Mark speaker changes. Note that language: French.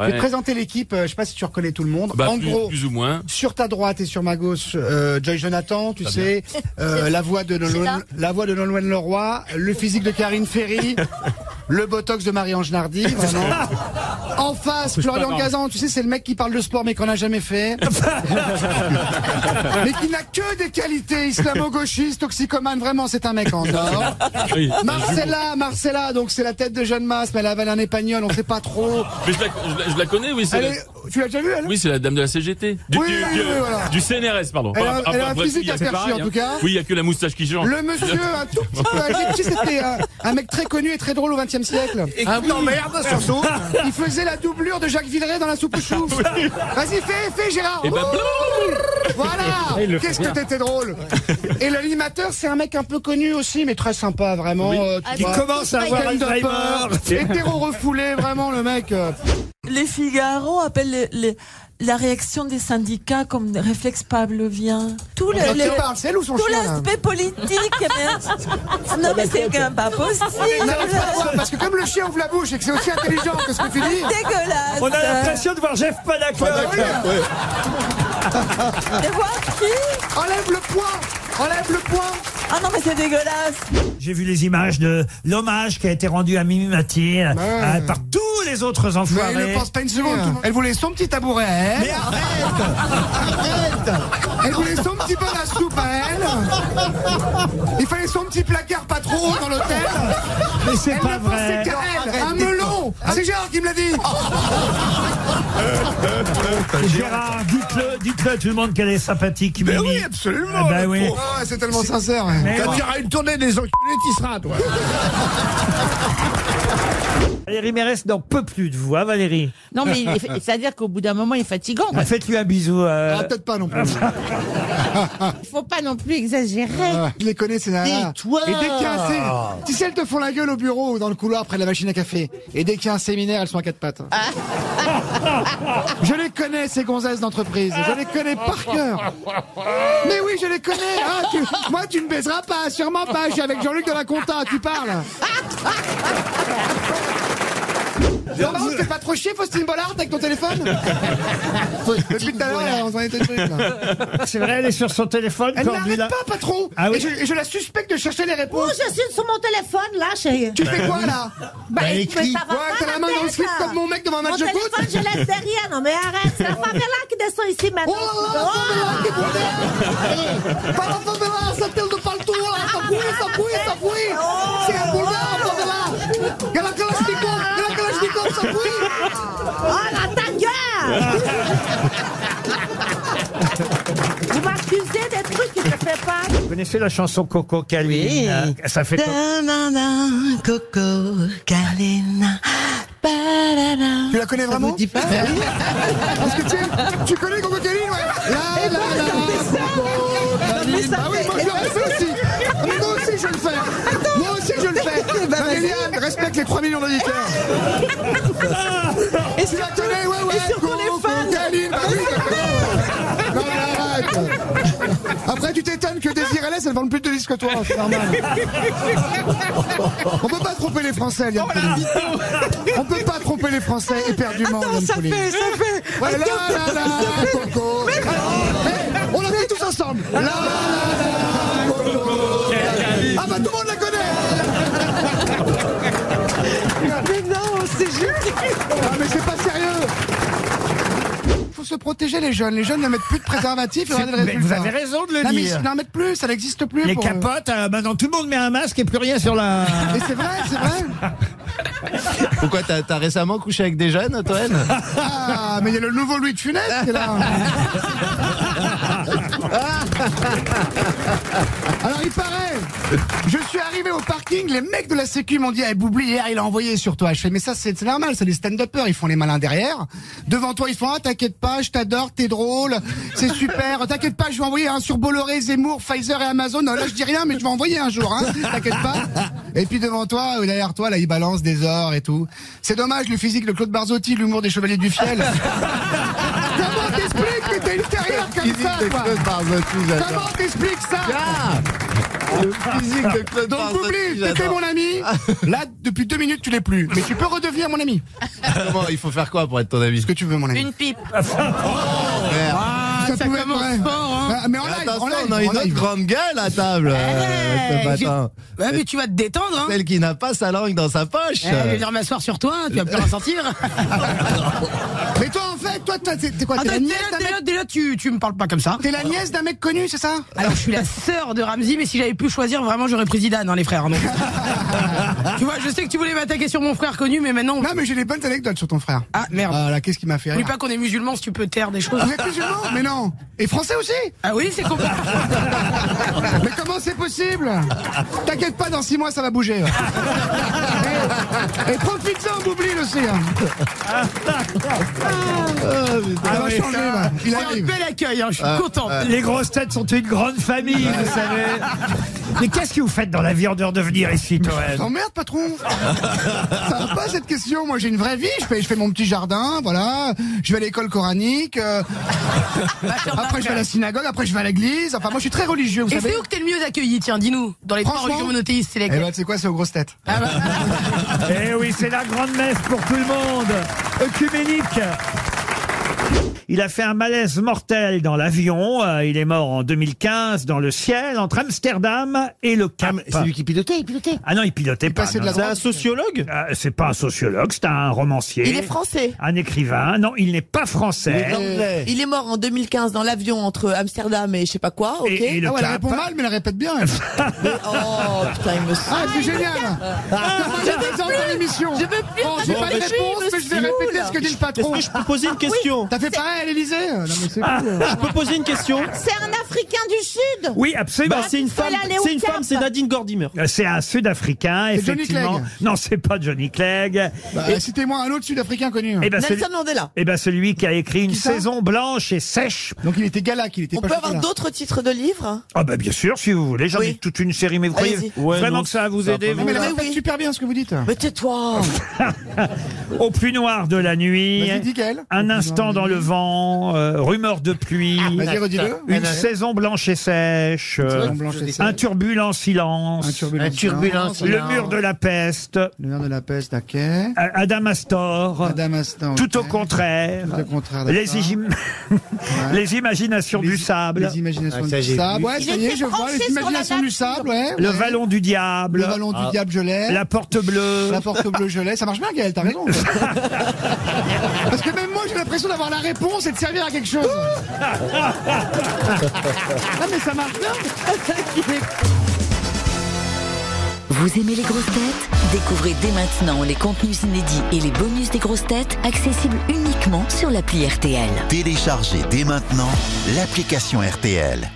Speaker 1: Je vais te présenter l'équipe, euh, je sais pas si tu reconnais tout le monde.
Speaker 2: Bah,
Speaker 1: en
Speaker 2: plus,
Speaker 1: gros,
Speaker 2: plus ou moins.
Speaker 1: sur ta droite et sur ma gauche, euh, Joy Jonathan, tu sais, euh, la voix de
Speaker 3: là.
Speaker 1: Nolwenn, la voix de Nolwenn Leroy, le physique de Karine Ferry, le botox de Marie-Ange Nardi, vraiment. En face, Florian Gazan, tu sais, c'est le mec qui parle de sport mais qu'on n'a jamais fait. mais qui n'a que des qualités, islamo-gauchiste, toxicomane, vraiment, c'est un mec en or.
Speaker 2: Oui.
Speaker 1: Marcella, Marcella, donc c'est la tête de Jeanne Masse, mais elle avale un épagnol, on sait pas trop.
Speaker 2: Mais je la, je la- je la connais, oui, c'est
Speaker 1: Elle
Speaker 2: la,
Speaker 1: est- Tu l'as déjà vue, elle
Speaker 2: oui, c'est la dame de la CGT. Du,
Speaker 1: Oui,
Speaker 2: du-
Speaker 1: oui, oui,
Speaker 2: du-
Speaker 1: voilà.
Speaker 2: du CNRS, pardon.
Speaker 1: Elle a-
Speaker 2: Enfin,
Speaker 1: elle a
Speaker 2: enfin,
Speaker 1: un
Speaker 2: bref,
Speaker 1: physique
Speaker 2: il y a-
Speaker 1: à
Speaker 2: c'est
Speaker 1: percher,
Speaker 2: pareil,
Speaker 1: en
Speaker 2: hein.
Speaker 1: tout cas.
Speaker 2: Oui, il y a que la moustache qui change.
Speaker 1: Le monsieur, un tout petit peu âgé, tu sais, c'était un, un mec très connu et très drôle au XXe siècle. Ah
Speaker 4: Un merde surtout.
Speaker 1: Il faisait la doublure de Jacques Villeray dans la soupe aux choux. Vas-y, fais, fais Gérard.
Speaker 2: Et
Speaker 4: ben,
Speaker 2: bah,
Speaker 1: Ouh,
Speaker 2: blablabla.
Speaker 1: voilà. Qu'est-ce que t'étais drôle. Et l'animateur, c'est un mec un peu connu aussi, mais très sympa, vraiment. euh, tu
Speaker 4: Qui
Speaker 1: vois.
Speaker 4: Ah, commence à avoir
Speaker 1: Stand-upper,
Speaker 4: Alzheimer.
Speaker 1: Hétéro refoulé, vraiment le mec. euh,
Speaker 5: Les Figaro appellent le- le- la réaction des syndicats comme réflexe pavlovien. Tout le-
Speaker 1: Quand
Speaker 5: le-
Speaker 1: tu parles, c'est elle ou son
Speaker 5: tout
Speaker 1: chien là
Speaker 5: l'aspect politique, mais, non mais c'est quand même pas possible.
Speaker 1: Non, mais c'est pas toi, Parce que comme le chien ouvre la bouche et que c'est aussi intelligent que ce que tu dis.
Speaker 5: Dégueulasse.
Speaker 1: Euh,
Speaker 4: On a l'impression de voir Jeff Panaclock.
Speaker 5: De voir qui
Speaker 1: Enlève le poing Enlève le poing
Speaker 5: Ah non mais c'est dégueulasse.
Speaker 4: J'ai vu les images de l'hommage qui a été rendu à Mimi Mati euh,
Speaker 1: Ouais.
Speaker 4: par tous les autres
Speaker 1: Mais elle
Speaker 4: enfoirés.
Speaker 1: ne pense pas une seconde. tout le monde. Elle voulait son petit tabouret à elle.
Speaker 4: Mais arrête
Speaker 1: Arrête Elle voulait son petit bol à soupe à elle. Il fallait son petit placard pas trop haut dans l'hôtel.
Speaker 4: Mais c'est
Speaker 1: Elle
Speaker 4: pas
Speaker 1: ne pensait
Speaker 4: vrai.
Speaker 1: qu'à elle. Un melon. C'est Gérard qui me l'a dit.
Speaker 4: Gérard, dites-le, dites-le à tout le monde qu'elle est sympathique. Mais oui,
Speaker 1: absolument.
Speaker 4: Ah bah oui. Eh
Speaker 1: Ah ouais, c'est tellement sincère. ouais.
Speaker 4: Quand il y
Speaker 1: aura une tournée des enculés, tu seras, toi.
Speaker 4: Valérie Mérès n'en peut plus de vous, hein, Valérie.
Speaker 6: Non, mais il est- c'est-à-dire qu'au bout d'un moment, il est fatigant. quoi.
Speaker 4: Faites-lui un bisou. euh,
Speaker 1: Ah, peut-être pas non plus.
Speaker 6: Il faut pas non plus exagérer.
Speaker 1: Je Ah, les connais, ces nanas.
Speaker 6: Tais-toi.
Speaker 1: Et dès qu'il y a un
Speaker 4: Ah.
Speaker 1: sé- Tu sais, elles te font la gueule au bureau ou dans le couloir près de la machine à café. Et dès qu'il y a un séminaire, elles sont à quatre pattes.
Speaker 4: Ah.
Speaker 1: je les connais, ces gonzesses d'entreprise. Je les connais par cœur. Mais oui, je les connais. Ah, tu- Moi, tu ne baiseras pas, sûrement pas. Je suis avec Jean-Luc de la Conta, tu parles.
Speaker 4: Ah.
Speaker 1: Non, par contre, t'es pas trop chier, Faustine Bollard, avec ton téléphone Depuis tout à l'heure, on s'en était pris, là.
Speaker 4: C'est vrai, elle est sur son téléphone.
Speaker 1: Elle n'arrête
Speaker 4: Cordula.
Speaker 1: pas, patron
Speaker 4: Ah oui
Speaker 1: et, je, et je la suspecte de chercher les
Speaker 7: Oh,
Speaker 1: réponses
Speaker 7: je suis sur mon téléphone, là, chérie.
Speaker 1: Tu fais quoi, là
Speaker 7: Bah, écoute, mais ça va
Speaker 1: Ouais,
Speaker 7: pas,
Speaker 1: t'as la main dans le
Speaker 7: tête,
Speaker 1: slip
Speaker 7: là.
Speaker 1: comme mon mec devant un
Speaker 7: Mon
Speaker 1: match de
Speaker 7: téléphone,
Speaker 1: foot
Speaker 7: je laisse derrière. Non, mais arrête, c'est la favela qui descend ici
Speaker 1: Oh
Speaker 7: maintenant.
Speaker 1: là là, c'est de la dégoûtée. Par la favela, ça tire de partout, là. Ça fouille, ça fouille, ça fouille
Speaker 7: Oh
Speaker 1: C'est un boulevard, la favela Y'a la Kalachnikov, y'a la Kalachnikov, ça fouille
Speaker 7: Oh, la ta gueule Vous m'accusez des trucs que je fais pas.
Speaker 4: Vous connaissez la chanson Coco Caline euh,
Speaker 6: Oui.
Speaker 4: Ça fait.
Speaker 6: Danana, Coco, Carlina, badada.
Speaker 1: Tu la connais
Speaker 6: Ça
Speaker 1: vraiment
Speaker 6: vous dit pas oui
Speaker 1: Parce que tu, tu connais Coco Kelly, ouais La la la Ah oui, moi je le fais aussi Ah, Mais moi aussi je le fais Moi aussi je le fais
Speaker 6: Bah, vas-y.
Speaker 1: Marie-Liane, respecte les 3 millions d'auditeurs
Speaker 6: Et
Speaker 1: Tu la connais, ouais, ouais
Speaker 6: surtout les
Speaker 1: Coco
Speaker 6: fans.
Speaker 1: Kelly, bah oui, d'accord. Non mais arrête Après tu t'étonnes que Désir LS, elle vend plus de disques que toi, c'est normal On peut pas tromper les Français, Liane Pauline. On peut pas tromper les Français éperdument, Liane
Speaker 6: ça
Speaker 1: Pauline.
Speaker 6: fait, ça fait.
Speaker 1: Ouais, là, là, là, Coco. Hey, On l'a fait tous ensemble. Là, là, là, Coco. Ah bah tout le monde la connaît.
Speaker 6: Mais non, c'est juste.
Speaker 1: Ah mais c'est pas sérieux. Faut se protéger les jeunes. Les jeunes ne mettent plus de préservatif. et regardez le
Speaker 4: Mais vous
Speaker 1: résultat.
Speaker 4: avez raison de le
Speaker 1: Non mais
Speaker 4: dire.
Speaker 1: ils n'en mettent plus. Ça n'existe plus.
Speaker 4: Les
Speaker 1: pour eux.
Speaker 4: capotes, euh, maintenant tout le monde met un masque et plus rien sur la.
Speaker 1: Et c'est vrai, c'est vrai.
Speaker 8: Pourquoi t'as t'as récemment couché avec des jeunes, Toen
Speaker 1: Ah mais il y a le nouveau Louis de Funès qui est là. Alors il paraît, je suis arrivé au parking, les mecs de la sécu m'ont dit, eh Boubli, hier il a envoyé sur toi. Je fais, mais ça c'est c'est normal, c'est des stand-uppers, ils font les malins derrière. Devant toi ils font, ah t'inquiète pas, je t'adore, t'es drôle, c'est super, t'inquiète pas, je vais envoyer un sur Bolloré, Zemmour, Pfizer et Amazon. Là je dis rien, mais je vais envoyer un jour, hein, t'inquiète pas. Et puis devant toi, ou derrière toi, là ils balancent des ors et tout. C'est dommage, le physique de Claude Barzotti, l'humour des Chevaliers du Fiel. Comment t'expliques que t'as une carrière comme ça,
Speaker 8: Physique de
Speaker 1: quoi
Speaker 8: Claude Barzotti, j'adore.
Speaker 1: Comment t'expliques ça
Speaker 8: Ah Le physique de Claude
Speaker 1: Donc
Speaker 8: Barzotti,
Speaker 1: oublie, t'étais
Speaker 8: j'adore.
Speaker 1: mon ami. Là, depuis deux minutes, tu l'es plus. Mais tu peux redevenir mon ami.
Speaker 8: Comment, il faut faire quoi pour être ton ami
Speaker 1: Ce que tu veux, mon ami.
Speaker 7: Une pipe.
Speaker 8: Merde.
Speaker 1: Ah, ça, pouvait être vrai. Ah, mais en live, en
Speaker 8: Attention,
Speaker 1: live,
Speaker 8: on a
Speaker 1: en
Speaker 8: une autre
Speaker 1: live.
Speaker 8: grande gueule à table euh,
Speaker 3: Eh,
Speaker 8: ce matin.
Speaker 3: Ouais, mais tu vas te détendre, hein.
Speaker 8: Celle qui n'a pas sa langue dans sa poche.
Speaker 3: Eh, je vais venir m'asseoir sur toi, tu vas plus rien sentir.
Speaker 1: Mais toi, en fait, toi, t'as- t'es t'es quoi
Speaker 3: Ah,
Speaker 1: T'es la
Speaker 3: déjà,
Speaker 1: nièce d'un
Speaker 3: déjà,
Speaker 1: mec-
Speaker 3: déjà, déjà, tu, tu me parles pas comme ça.
Speaker 1: t'es Ah. la nièce d'un mec connu, c'est ça
Speaker 3: Alors, je suis la sœur de Ramsey, mais si j'avais pu choisir, vraiment, j'aurais pris Zidane, hein, les frères. donc. tu vois, je sais que tu voulais m'attaquer sur mon frère connu, mais maintenant. on-
Speaker 1: Non, mais j'ai des bonnes anecdotes sur ton frère.
Speaker 3: Ah, merde.
Speaker 1: Ah là, qu'est-ce qui m'a fait
Speaker 3: Oublie
Speaker 1: rire
Speaker 3: pas qu'on est musulmans, si tu peux taire des choses.
Speaker 1: Vous êtes musulman Mais non. Et français aussi
Speaker 3: Ah oui, c'est compliqué.
Speaker 1: Mais comment c'est possible T'inquiète pas, dans six mois, ça va bouger. Et, et profite-en, Boublil aussi. hein. Ça va
Speaker 4: oui,
Speaker 1: changer, là. Il
Speaker 3: C'est un
Speaker 1: arrive.
Speaker 3: bel accueil, hein, je suis content.
Speaker 4: Les grosses têtes sont une grande famille, vous savez. Mais qu'est-ce que vous faites dans la vie en dehors de venir ici, Toen
Speaker 1: T'emmerdes, patron Ça va pas cette question. Moi, j'ai une vraie vie. Je fais, je fais mon petit jardin, voilà. Je vais à l'école coranique. euh,
Speaker 3: Bah,
Speaker 1: après, je vais à la synagogue. Après, je vais à l'église. Enfin, moi, je suis très religieux, vous
Speaker 3: Et
Speaker 1: savez.
Speaker 3: c'est où que t'es le mieux accueilli, tiens, dis-nous. Dans les trois
Speaker 1: Franchement ben,
Speaker 3: religions monothéistes, c'est
Speaker 1: Eh
Speaker 3: lesquelles
Speaker 1: ben, tu sais quoi, c'est aux grosses têtes.
Speaker 3: Ah bah.
Speaker 4: Eh oui, c'est la grande messe pour tout le monde. Œcuménique. Il a fait un malaise mortel dans l'avion. Euh, il est mort en 2015 dans le ciel entre Amsterdam et le
Speaker 8: Ah,
Speaker 1: Ah,
Speaker 4: Cap.
Speaker 9: C'est lui qui pilotait, il pilotait.
Speaker 4: Ah non, il pilotait pas.
Speaker 1: passait de
Speaker 4: non,
Speaker 1: la
Speaker 4: non.
Speaker 1: drogue.
Speaker 8: un sociologue
Speaker 4: Euh, c'est pas un sociologue, c'est un romancier.
Speaker 6: Il est français.
Speaker 4: Un écrivain. Non, il n'est pas français.
Speaker 8: Anglais.
Speaker 6: Il est mort en 2015 dans l'avion entre Amsterdam et je sais pas quoi, ok
Speaker 4: Et- et le
Speaker 1: Ah ouais, elle
Speaker 4: Cap.
Speaker 1: répond mal, mais elle répète bien.
Speaker 6: Oh putain, il me
Speaker 1: Ah, c'est génial Je vais dans l'émission
Speaker 6: Je veux plus
Speaker 1: Bon, Oh, j'ai
Speaker 6: de
Speaker 1: pas de
Speaker 6: récit,
Speaker 1: réponse, mais je vais
Speaker 6: monsieur.
Speaker 1: répéter ce que dit le patron.
Speaker 8: peux poser une question
Speaker 1: T'as fait pareil à l'Elysée Non, mais c'est cool.
Speaker 8: Je peux poser une question
Speaker 7: C'est un Africain du Sud.
Speaker 4: Oui, absolument.
Speaker 7: Bah, c'est une femme- Faut aller au c'est une Cap. femme, c'est
Speaker 8: Nadine Gordimer.
Speaker 4: Euh, c'est un Sud-Africain,
Speaker 1: C'est Johnny
Speaker 4: effectivement.
Speaker 1: Clegg.
Speaker 4: non, c'est pas Johnny Clegg.
Speaker 1: Bah, Citez-moi un autre Sud-Africain connu.
Speaker 4: Eh ben, celui-
Speaker 6: Nelson Mandela.
Speaker 4: eh ben, celui qui a écrit une
Speaker 1: Qui ça
Speaker 4: saison blanche et sèche.
Speaker 1: Donc il était gala, qu'il était
Speaker 6: On
Speaker 1: pas
Speaker 6: peut avoir
Speaker 1: chocolat.
Speaker 6: d'autres titres de livres
Speaker 4: Ah bah bien sûr, si vous voulez, j'en ai
Speaker 6: Oui.
Speaker 4: toute une série, mais vous croyez
Speaker 6: Allez-y.
Speaker 8: Ouais,
Speaker 4: vraiment
Speaker 8: non,
Speaker 4: que ça va vous
Speaker 8: c'est
Speaker 4: aider
Speaker 8: un peu
Speaker 1: Non, mais
Speaker 4: vous
Speaker 1: elle
Speaker 6: Oui,
Speaker 1: répète
Speaker 6: oui.
Speaker 1: super bien ce que vous dites.
Speaker 6: Mais tais-toi
Speaker 4: Au plus noir de la nuit,
Speaker 1: Vas-y, dis Gaël.
Speaker 4: un instant dans le vent, euh, rumeur de pluie,
Speaker 1: Ah, Vas-y, redis-le.
Speaker 4: une saison blanche et sèche, euh,
Speaker 1: Saison blanche et
Speaker 4: un
Speaker 1: sèche.
Speaker 4: turbulent
Speaker 1: Un
Speaker 4: silence,
Speaker 1: turbulent.
Speaker 9: Un turbulent
Speaker 1: Le
Speaker 4: le mur de la peste, euh,
Speaker 1: le maire de la peste, d'accord.
Speaker 4: Adam Astor,
Speaker 1: Madame Astin.
Speaker 4: tout au
Speaker 1: ok.
Speaker 4: contraire,
Speaker 1: Tout au contraire,
Speaker 4: les,
Speaker 1: d'accord.
Speaker 4: igim- les imaginations
Speaker 1: Les-
Speaker 4: du sable,
Speaker 1: Les imaginations
Speaker 9: Ah, ça,
Speaker 1: du
Speaker 9: j'ai
Speaker 1: sable.
Speaker 9: vu.
Speaker 1: Ouais,
Speaker 7: Il
Speaker 1: ça y est,
Speaker 7: était
Speaker 1: je vois.
Speaker 7: penché
Speaker 1: Les
Speaker 7: sur
Speaker 1: imaginations
Speaker 7: la
Speaker 1: du
Speaker 7: nature.
Speaker 1: sable, ouais.
Speaker 4: le
Speaker 1: ouais.
Speaker 4: vallon du diable,
Speaker 1: Le ballon du diable, je l'ai.
Speaker 4: la porte bleue,
Speaker 1: La porte bleue, je l'ai. Ça marche bien, Gaël, t'as raison. Parce que même moi, j'ai l'impression d'avoir la réponse et de servir à quelque chose. ah, mais ça marche bien.
Speaker 10: Vous aimez les grosses têtes Découvrez dès maintenant les contenus inédits et les bonus des grosses têtes accessibles uniquement sur l'appli RTL.
Speaker 11: Téléchargez dès maintenant l'application RTL.